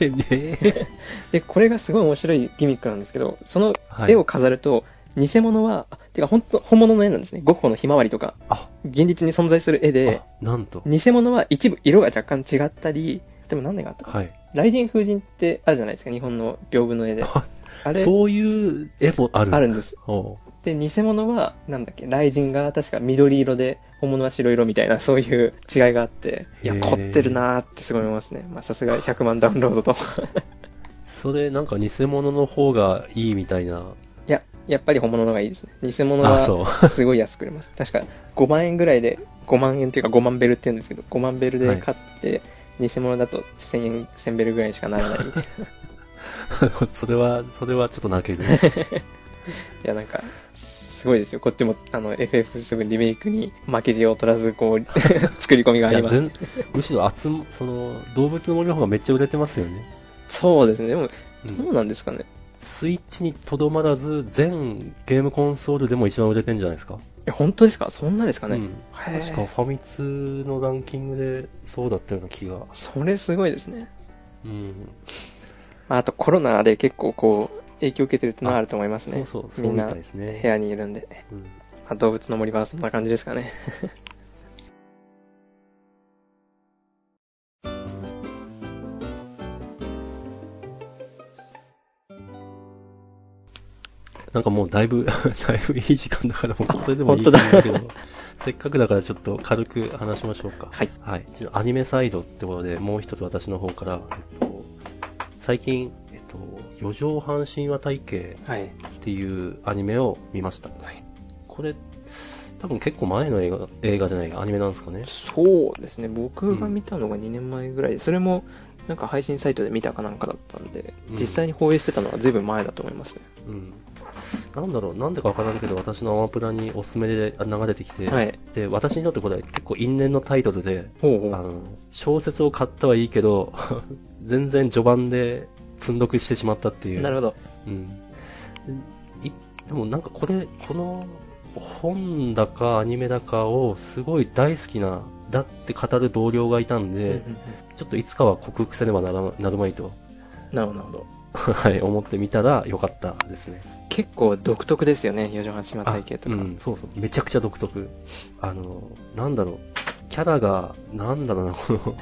[SPEAKER 2] えー
[SPEAKER 1] で、これがすごい面白いギミックなんですけど、その
[SPEAKER 2] はい
[SPEAKER 1] 絵を飾ると、偽物は、あてか本当、本物の絵なんですね。ゴッホのひまわりとか、
[SPEAKER 2] [laughs] あ、
[SPEAKER 1] 現実に存在する絵で
[SPEAKER 2] あ、、なんと。
[SPEAKER 1] 偽物は一部色が若干違ったり、でも何年があったか
[SPEAKER 2] はい。
[SPEAKER 1] 雷神風神ってあるじゃないですか、日本の屏風の絵で。
[SPEAKER 2] あ
[SPEAKER 1] あれ、
[SPEAKER 2] そういう絵もある。
[SPEAKER 1] あるんです。
[SPEAKER 2] ほ
[SPEAKER 1] で、偽物は、なんだっけ、雷神が確か緑色で、本物は白色みたいな、そういう違いがあって、いや、
[SPEAKER 2] へー
[SPEAKER 1] 凝ってるなーってすごい思いますね。まあ、さすが100万ダウンロードと。
[SPEAKER 2] う。それ、なんか偽物の方がいいみたいな。
[SPEAKER 1] [laughs] いや、やっぱり本物の方がいいですね。偽物
[SPEAKER 2] あ、そう [laughs]
[SPEAKER 1] は、。すごい安く売れます。確か、5万円ぐらいで、5万円というか5万ベルって言うんですけど、5万ベルで買って、偽物だと1000円、1000ベルぐらいにしかならないみたいな。い
[SPEAKER 2] [laughs] それは、それはちょっと泣ける。
[SPEAKER 1] [laughs] や、なんか、すごいですよ。こっちも、あの、FF7 リメイクに負けじを取らず、こう、 [laughs] 作り込みがあ
[SPEAKER 2] いや
[SPEAKER 1] ります。
[SPEAKER 2] 全むしろ集ま、その、動物の森の方がめっちゃ売れてますよね。
[SPEAKER 1] そうですね。でも、
[SPEAKER 2] うん
[SPEAKER 1] どうなんですかね。
[SPEAKER 2] スイッチにとどまらず、全ゲームコンソールでも一番売れてんじゃないですか。
[SPEAKER 1] え、本当ですかそんなですかね。
[SPEAKER 2] うん
[SPEAKER 1] へー
[SPEAKER 2] 確かファミ通のランキングでそうだったような気が。
[SPEAKER 1] それすごいですね。
[SPEAKER 2] うん。
[SPEAKER 1] まあ、あとコロナで結構こう、影響受けてるってのはあると思いますね。
[SPEAKER 2] そうそう、そ
[SPEAKER 1] み
[SPEAKER 2] うんみ
[SPEAKER 1] な
[SPEAKER 2] たいで
[SPEAKER 1] 部
[SPEAKER 2] すね。
[SPEAKER 1] 屋にいるんで。
[SPEAKER 2] うん
[SPEAKER 1] まあ動物の森はそんな感じですかね。
[SPEAKER 2] なんかもうだいぶ、 [laughs] だいぶいい時間だから、もうこれでもいい
[SPEAKER 1] 本当だ
[SPEAKER 2] と思うけど、せっかくだからちょっと軽く話しましょうか。
[SPEAKER 1] はい。
[SPEAKER 2] はい。ちょっとアニメサイドってことで、もう一つ私の方から、えっと、最近、えっと、余剰半身話体系
[SPEAKER 1] はい。
[SPEAKER 2] っていうアニメを見ました。
[SPEAKER 1] はい
[SPEAKER 2] これ、多分結構前の映画、映画じゃない、アニメなんですかね。
[SPEAKER 1] そうですね。僕が見たのが2年前ぐらいで、それもなんか配信サイトで見たかなんかだったんで、
[SPEAKER 2] うん
[SPEAKER 1] 実際に放映してたのは随分前だと思いますね。
[SPEAKER 2] うん。なんだろう、なんでかわからんけど、私のアマプラにおすすめで流れてきて、
[SPEAKER 1] はい。
[SPEAKER 2] で、私にとってこれ結構因縁のタイトルで、
[SPEAKER 1] ほう
[SPEAKER 2] あの、小説を買ったはいいけど、 [laughs] 全然序盤で積んどくしてしまったっていう。
[SPEAKER 1] なるほど。
[SPEAKER 2] うん。でいでもなんかこれ、この本だかアニメだかをすごい大好きな、だって語る同僚がいたん
[SPEAKER 1] うんう
[SPEAKER 2] で、
[SPEAKER 1] んうん
[SPEAKER 2] ちょっといつかは克服せねばならなるまいと、 [laughs]
[SPEAKER 1] なるほど、なるほど。
[SPEAKER 2] はい、思ってみたらよかったですね。
[SPEAKER 1] 結構独特ですよね、四畳半島体系とか。
[SPEAKER 2] あうん、そうそう。めちゃくちゃ独特。あの、なんだろう。キャラが、なんだろうな、この、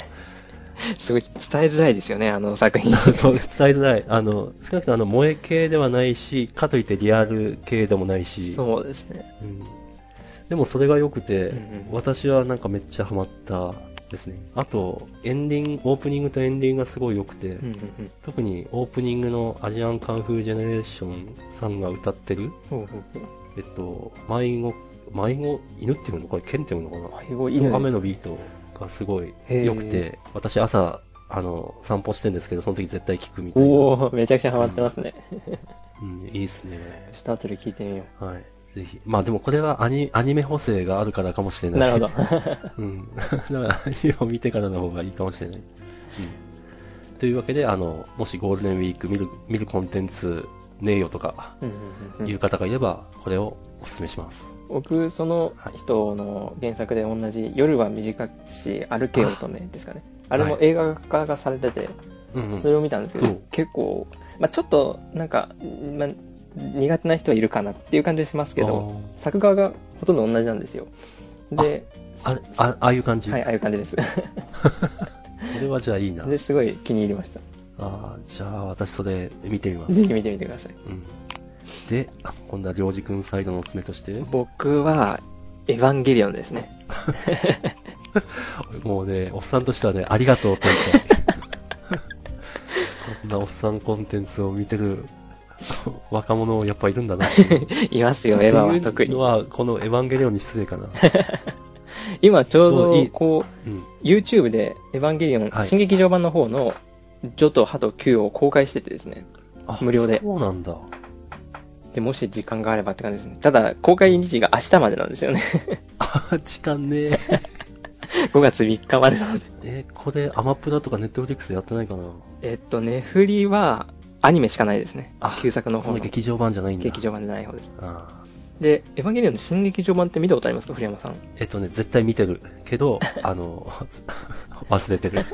[SPEAKER 1] すごい伝えづらいですよね、あの作 [laughs] 品。
[SPEAKER 2] [laughs] そう、伝えづらい。あの、少なくともあの、萌え系ではないし、かといってリアル系でもないし。
[SPEAKER 1] そうですね。
[SPEAKER 2] うんでもそれが良くて、
[SPEAKER 1] うんうん
[SPEAKER 2] 私はなんかめっちゃハマったですね。あと、エンディング、オープニングとエンディングがすごい良くて、
[SPEAKER 1] うんうんうん
[SPEAKER 2] 特にオープニングのアジアンカンフージェネレーションさんが歌ってる、
[SPEAKER 1] ほうほうほう。
[SPEAKER 2] えっと、迷子、迷子、犬っていうのこれ、剣っていうのかな
[SPEAKER 1] 迷子犬です
[SPEAKER 2] 雨のビートがすごい
[SPEAKER 1] へー
[SPEAKER 2] 良くて、私朝、あの、散歩してんですけど、その時絶対聞くみたいな。
[SPEAKER 1] おおめちゃくちゃハマってます [laughs] ね。
[SPEAKER 2] うん、いいっすね。
[SPEAKER 1] ちょっと後で聞いてみよ
[SPEAKER 2] はい。ぜひ。まあでもこれはアニアニメ補正があるからかもしれ
[SPEAKER 1] う。
[SPEAKER 2] な
[SPEAKER 1] な
[SPEAKER 2] い。
[SPEAKER 1] るほど。
[SPEAKER 2] [laughs]
[SPEAKER 1] [laughs]
[SPEAKER 2] うん。 [laughs] だから、家を見てからの方がいいかもしれない。うん。というわけで、あの、もしゴールデンウィーク見る、見るコンテンツねえよとか、
[SPEAKER 1] うんうんうんうん
[SPEAKER 2] いう方がいれば、これをお勧めします。
[SPEAKER 1] 僕、その人の原作で同じ、夜は短くし、歩けよ乙女ですかね。あれも映画化がされてて、
[SPEAKER 2] うん、うん。
[SPEAKER 1] それを見たんですけ
[SPEAKER 2] ど
[SPEAKER 1] ど
[SPEAKER 2] う、
[SPEAKER 1] 結構、まあちょっと、なんか、まあ苦手な人はいるかなっていう感じはしますけど、作画がほとんど同じなんですよ。で、
[SPEAKER 2] あー、ああ、ああいう感じ。
[SPEAKER 1] はい、ああいう感じ [laughs] です。
[SPEAKER 2] それはじゃあいいな。
[SPEAKER 1] で、すごい気に入りました。
[SPEAKER 2] ああ、じゃあ私それ見てみます。
[SPEAKER 1] ぜひ見てみてください。
[SPEAKER 2] うん。で、あ今度はりょうじくんサイドのおすすめとして、
[SPEAKER 1] 僕は、エヴァンゲリオンですね。 [laughs]
[SPEAKER 2] もうね、おっさんとしてはね、ありがとうと言いたい。 [laughs] こんなおっさんコンテンツを見てる若者やっぱいるんだなっ
[SPEAKER 1] [laughs]
[SPEAKER 2] ていう。
[SPEAKER 1] いますよ、エヴァは特
[SPEAKER 2] っていう
[SPEAKER 1] に
[SPEAKER 2] の。は、このエヴァンゲリオンに失礼かな。
[SPEAKER 1] 今ちょう
[SPEAKER 2] どういい
[SPEAKER 1] ど、こう、
[SPEAKER 2] うん。
[SPEAKER 1] YouTube で、エヴァンゲリオン、
[SPEAKER 2] はい
[SPEAKER 1] 新劇場版の方の序と歯と球を公開しててですね。
[SPEAKER 2] あ
[SPEAKER 1] 無料で
[SPEAKER 2] そうなんだ。
[SPEAKER 1] で、もし時間があればって感じですね。ただ、公開日が明日までなんですよね。 [laughs]
[SPEAKER 2] あ、時間ねえ。
[SPEAKER 1] 5月3日までなので。
[SPEAKER 2] え、ここでアマプラとかネットフリックスやってないかな
[SPEAKER 1] えっと、ネフリはアニメしかないですね
[SPEAKER 2] あ。
[SPEAKER 1] 旧作の方
[SPEAKER 2] こ
[SPEAKER 1] の
[SPEAKER 2] の劇場版じゃないんだ。
[SPEAKER 1] 劇場版じゃない方です。
[SPEAKER 2] あー
[SPEAKER 1] で、エヴァンゲリオンの新劇場版って見たことありますか、古山さん。
[SPEAKER 2] えっとね、絶対見てる。
[SPEAKER 1] [laughs]
[SPEAKER 2] けど、あの、忘れてる。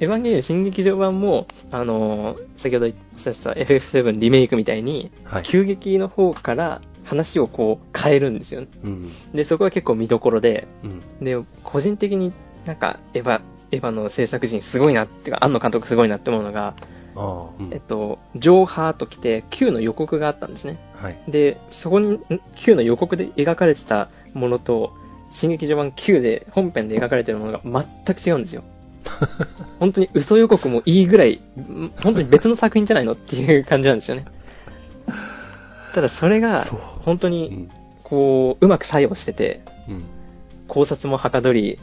[SPEAKER 1] エヴァンゲリオン新劇場版も、あのー先ほど言いました FF7 リメイクみたいに、
[SPEAKER 2] はい。
[SPEAKER 1] 急激の方から話をこう変えるんですよね。
[SPEAKER 2] うん。
[SPEAKER 1] で、そこが結構見どころで、
[SPEAKER 2] うん。
[SPEAKER 1] で、個人的になんかエヴァ、エヴァの制作陣すごいなっていうか、庵野監督すごいなって思うのが、
[SPEAKER 2] ああ、うん
[SPEAKER 1] えっ。と、ジョーハーと来て Q の予告があったんですね。
[SPEAKER 2] はい。
[SPEAKER 1] で、そこにん Q の予告で描かれてたものと、新劇場版 Q で本編で描かれてるものが全く違うんです
[SPEAKER 2] [laughs]
[SPEAKER 1] よ。本当に嘘予告もいいぐらい、ん本当に別の作品じゃないのっていう感じなんですよね。ただそれが、
[SPEAKER 2] そう
[SPEAKER 1] 本当
[SPEAKER 2] う
[SPEAKER 1] に
[SPEAKER 2] ん。
[SPEAKER 1] こう、うまく作用してて、
[SPEAKER 2] うん。
[SPEAKER 1] 考察もはかど
[SPEAKER 2] [laughs]
[SPEAKER 1] り、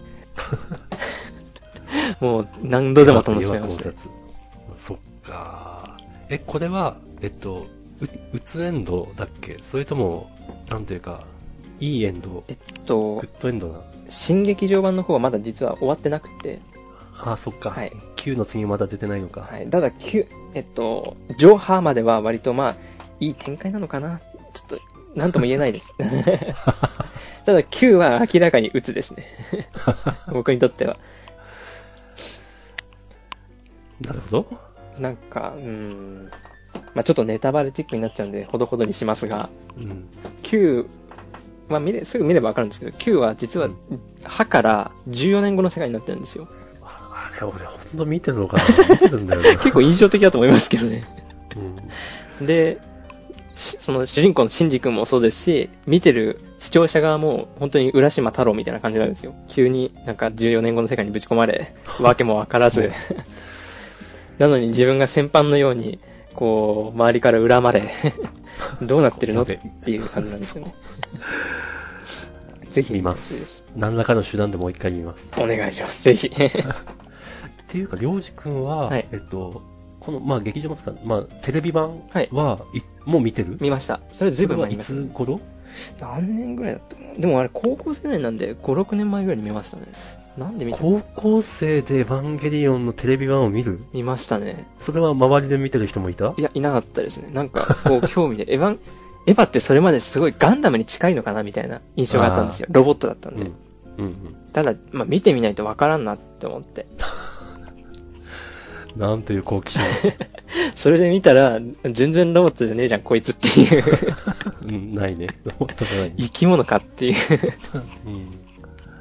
[SPEAKER 1] もう何度でも楽しめます、
[SPEAKER 2] 要は考察そっか。え、これは、えっと、う、うつエンドだっけそれとも、なんていうか、いいエンド、
[SPEAKER 1] えっ
[SPEAKER 2] グ
[SPEAKER 1] と、
[SPEAKER 2] ッドエンドな。
[SPEAKER 1] 新劇場版の方はまだ実は終わってなくて、
[SPEAKER 2] ああ、そっか。
[SPEAKER 1] はい
[SPEAKER 2] Q の次まだ出てないのか。
[SPEAKER 1] はい、ただ、きゅえっと、ジョーハーまでは割とまあ、いい展開なのかな。ちょっと、なんとも言えないです。ただ、9は明らかに鬱ですね。 [laughs] 僕にとっては。
[SPEAKER 2] なるほど。
[SPEAKER 1] なんか、うーん。まあちょっとネタバレチックになっちゃうんで、ほどほどにしますが、
[SPEAKER 2] うん。
[SPEAKER 1] 9、まあ見れ、すぐ見ればわかるんですけど、9は実は、歯から14年後の世界になってるんですよ。
[SPEAKER 2] あれ、俺、ほんと見てるのかな [laughs] 見てるんだよな。
[SPEAKER 1] 結構印象的だと思いますけどね。
[SPEAKER 2] うん。
[SPEAKER 1] で、しその主人公のシンジ君もそうですし、見てる視聴者側も本当に浦島太郎みたいな感じなんですよ。急になんか14年後の世界にぶち込ま [laughs] れ、わけもわから [laughs] ず。なのに自分が先般のように、こう、周りから恨ま [laughs] れ、どうなってるのっていう感じなん [laughs] ですよね。ぜひ
[SPEAKER 2] 見ます。。何らかの手段でもう一回見ます。
[SPEAKER 1] お願いします。ぜ [laughs] ひ。
[SPEAKER 2] っていうか、りょうじくんは、
[SPEAKER 1] はい
[SPEAKER 2] えっと、この、まあ、劇場もつか、まあ、テレビ版
[SPEAKER 1] はい
[SPEAKER 2] は、いもう見てる
[SPEAKER 1] 見ました。それずいぶん
[SPEAKER 2] それは
[SPEAKER 1] 前に見
[SPEAKER 2] い
[SPEAKER 1] ました
[SPEAKER 2] つ頃
[SPEAKER 1] 何年ぐらいだったかなでもあれ高校生ぐらいなんで、5、6年前ぐらいに見ましたね。なんで見た
[SPEAKER 2] 高校生でエヴァンゲリオンのテレビ版を見る
[SPEAKER 1] 見ましたね。
[SPEAKER 2] それは周りで見てる人もいた
[SPEAKER 1] いや、いなかったですね。なんか、こう、 [laughs] 興味で。エヴァン、エヴァってそれまですごいガンダムに近いのかなみたいな印象があったんですよ。ロボットだったん
[SPEAKER 2] うん。う
[SPEAKER 1] で。
[SPEAKER 2] んうん。
[SPEAKER 1] ただ、まあ、見てみないとわからんなって思って。
[SPEAKER 2] なんという好奇心。
[SPEAKER 1] [laughs] それで見たら、全然ロボットじゃねえじゃん、こいつっていう。
[SPEAKER 2] うん、ないね。本当じゃないね。
[SPEAKER 1] [laughs] 生き物かっていう。
[SPEAKER 2] うん。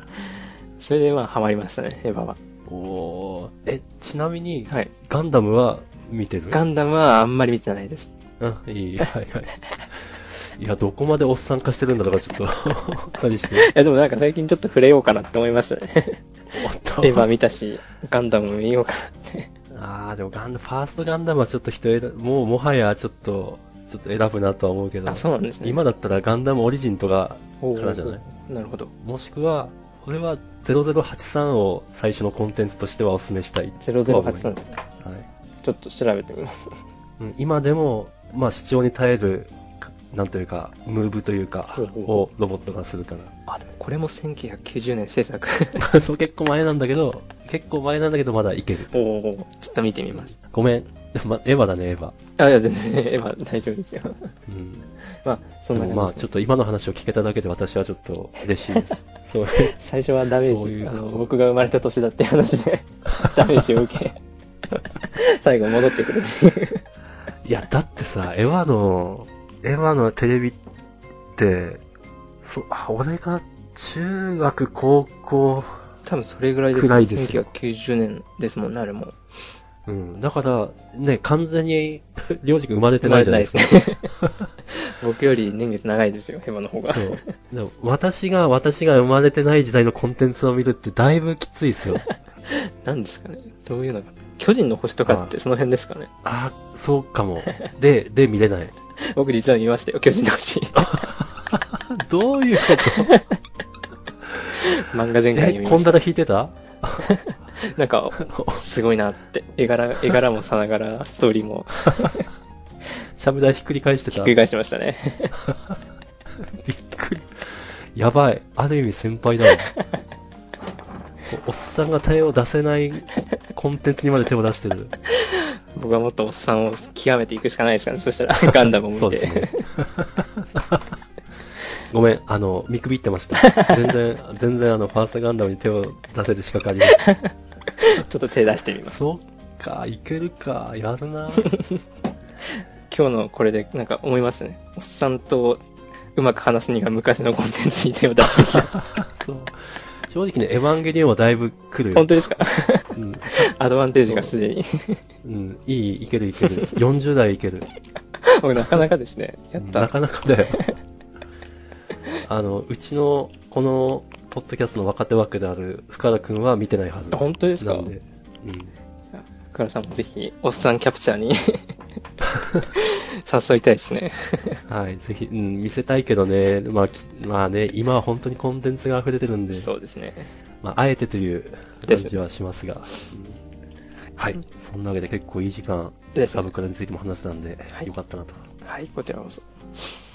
[SPEAKER 1] [laughs] それで、まあ、ハマりましたね、エヴァは。
[SPEAKER 2] おーえ、ちなみに、
[SPEAKER 1] はい。
[SPEAKER 2] ガンダムは見てる
[SPEAKER 1] ガンダムはあんまり見てないです。
[SPEAKER 2] あ、いい、はいはい。いや、どこまでおっさん化してるんだとか、ちょっと、思ったりして。
[SPEAKER 1] いや、でもなんか最近ちょっと触れようかなって思いましたね。
[SPEAKER 2] おっと
[SPEAKER 1] [laughs] エヴァ見たし、ガンダム見ようかなって。
[SPEAKER 2] ああ、でもガンダム、ファーストガンダムはちょっと人選ぶ、もうもはやちょっと、ちょっと選ぶなとは思うけど、
[SPEAKER 1] あ、そうなんですね。
[SPEAKER 2] 今だったらガンダムオリジンとかからじゃない
[SPEAKER 1] おーなるほど。
[SPEAKER 2] もしくは、俺は0083を最初のコンテンツとしてはお勧めしたい。
[SPEAKER 1] 0083ですね。
[SPEAKER 2] はい。
[SPEAKER 1] ちょっと調べてみます。
[SPEAKER 2] うん今でも、まあ、主張に耐える、なんというか、ムーブというか、
[SPEAKER 1] ほうほう
[SPEAKER 2] をロボットがするから。
[SPEAKER 1] あ、でもこれも1990年制作。
[SPEAKER 2] [laughs] そう、結構前なんだけど、結構前なんだけど、まだいける。
[SPEAKER 1] おお、ちょっと見てみます。
[SPEAKER 2] ごめん。 [laughs] まエヴァだね、エヴァ。
[SPEAKER 1] あ、いや、全然、エヴァ大丈夫ですよ。 [laughs]
[SPEAKER 2] うん。
[SPEAKER 1] まあ、そん
[SPEAKER 2] で
[SPEAKER 1] な
[SPEAKER 2] も
[SPEAKER 1] 感じ
[SPEAKER 2] まあ、
[SPEAKER 1] で
[SPEAKER 2] ちょっと今の話を聞けただけで私はちょっと嬉し
[SPEAKER 1] [laughs]
[SPEAKER 2] いです。そう。
[SPEAKER 1] 最初はダメー
[SPEAKER 2] そうい
[SPEAKER 1] ジ、
[SPEAKER 2] う
[SPEAKER 1] あの、僕が生まれた年だっていう話で、ダメージを受
[SPEAKER 2] [laughs]
[SPEAKER 1] け、最後戻ってくるっていう。
[SPEAKER 2] いや、だってさ、エヴァの、エヴァのテレビって、そ、あ、俺が中学、高校、
[SPEAKER 1] 多分それぐらい
[SPEAKER 2] で
[SPEAKER 1] ですす
[SPEAKER 2] ね暗いですよ
[SPEAKER 1] 1990年ですもんね、あれも。
[SPEAKER 2] うん。だから、ね、完全に、りょうじくん生まれてないじゃないですか。
[SPEAKER 1] ね。 [laughs] 僕より年月長いですよ、ヘマの方が。
[SPEAKER 2] そうでも私が、私が生まれてない時代のコンテンツを見るってだいぶきついですよ。 [laughs]
[SPEAKER 1] 何ですかねどういうのが。巨人の星とかってその辺ですかね
[SPEAKER 2] あー、そうかも。で、で、見れない。
[SPEAKER 1] 僕実は見ましたよ、巨人の星。
[SPEAKER 2] どういうこと
[SPEAKER 1] 漫画全巻読
[SPEAKER 2] [laughs] え、
[SPEAKER 1] み
[SPEAKER 2] コ
[SPEAKER 1] ま
[SPEAKER 2] ン
[SPEAKER 1] し
[SPEAKER 2] ダ
[SPEAKER 1] た。
[SPEAKER 2] ラ弾いてた
[SPEAKER 1] [laughs] なんか、すごいなって。絵柄、絵柄もさながら、ストーリー
[SPEAKER 2] [laughs]
[SPEAKER 1] も、
[SPEAKER 2] ちゃぶ台ひっくり返して
[SPEAKER 1] ひ
[SPEAKER 2] た。
[SPEAKER 1] っくり返してました
[SPEAKER 2] [laughs]
[SPEAKER 1] ね。
[SPEAKER 2] びっくり。やばい。ある意味先輩だわ。おおっさんが手を出せないコンテンツにまで手を出してる。
[SPEAKER 1] 僕はもっとおっさんを極めていくしかないですからね。そしたら、ガンダムを見て。
[SPEAKER 2] そうですね。ごめん、あの、見くびってました。全然、全然あの、ファーストガンダムに手を出せる資格ありませ
[SPEAKER 1] [laughs]
[SPEAKER 2] ん。
[SPEAKER 1] ちょっと手出してみます。
[SPEAKER 2] そっか、いけるか、やるな。
[SPEAKER 1] 今日のこれで、なんか思いましたね。おっさんとうまく話すには昔のコンテンツに手を出してき
[SPEAKER 2] [laughs]
[SPEAKER 1] た。
[SPEAKER 2] そう。正直ね、エヴァンゲリオンはだいぶ来るよ
[SPEAKER 1] 本。当ですか [laughs]
[SPEAKER 2] うん、
[SPEAKER 1] アドバンテージがすでに。
[SPEAKER 2] うん、いい、いけるいける。40代いける。
[SPEAKER 1] 僕なかなかですね。やった。
[SPEAKER 2] なかなかだ
[SPEAKER 1] [laughs]
[SPEAKER 2] よ。あの、うちの、この、ポッドキャストの若手枠である深田くんは見てないはず。
[SPEAKER 1] 本当ですか
[SPEAKER 2] なんで。うん。
[SPEAKER 1] 福原さんもぜひ、おっさんキャプチャーに [laughs] 誘いたいですね。
[SPEAKER 2] はい、ぜひ、うん、見せたいけどね、まあ、きまあね、今は本当にコンテンツが溢れてるんで、
[SPEAKER 1] そうですね。
[SPEAKER 2] まあ、あえてという感じはしますが、うんはい、そんなわけで結構いい時間、
[SPEAKER 1] ですね
[SPEAKER 2] サブクラについても話せたんで、
[SPEAKER 1] はい
[SPEAKER 2] よかったなと。
[SPEAKER 1] はい、こちらこそ。
[SPEAKER 2] えー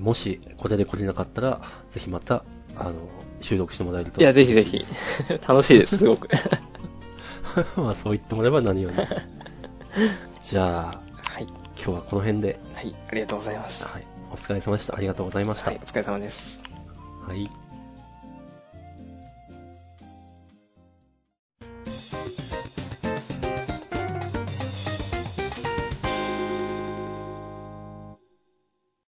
[SPEAKER 2] もし、これで来れなかったら、ぜひまた、あの、収録してもらえると。
[SPEAKER 1] いや、ぜひぜひ。楽しいです、す [laughs] ごく。
[SPEAKER 2] [laughs] まあそう言ってもらえば何よ [laughs] り。じゃあ、
[SPEAKER 1] はい。
[SPEAKER 2] 今日はこの辺で、
[SPEAKER 1] はい、ありがとうございました。
[SPEAKER 2] はい、お疲れ様でした。ありがとうございました。
[SPEAKER 1] はい、お疲れ様です。
[SPEAKER 2] はい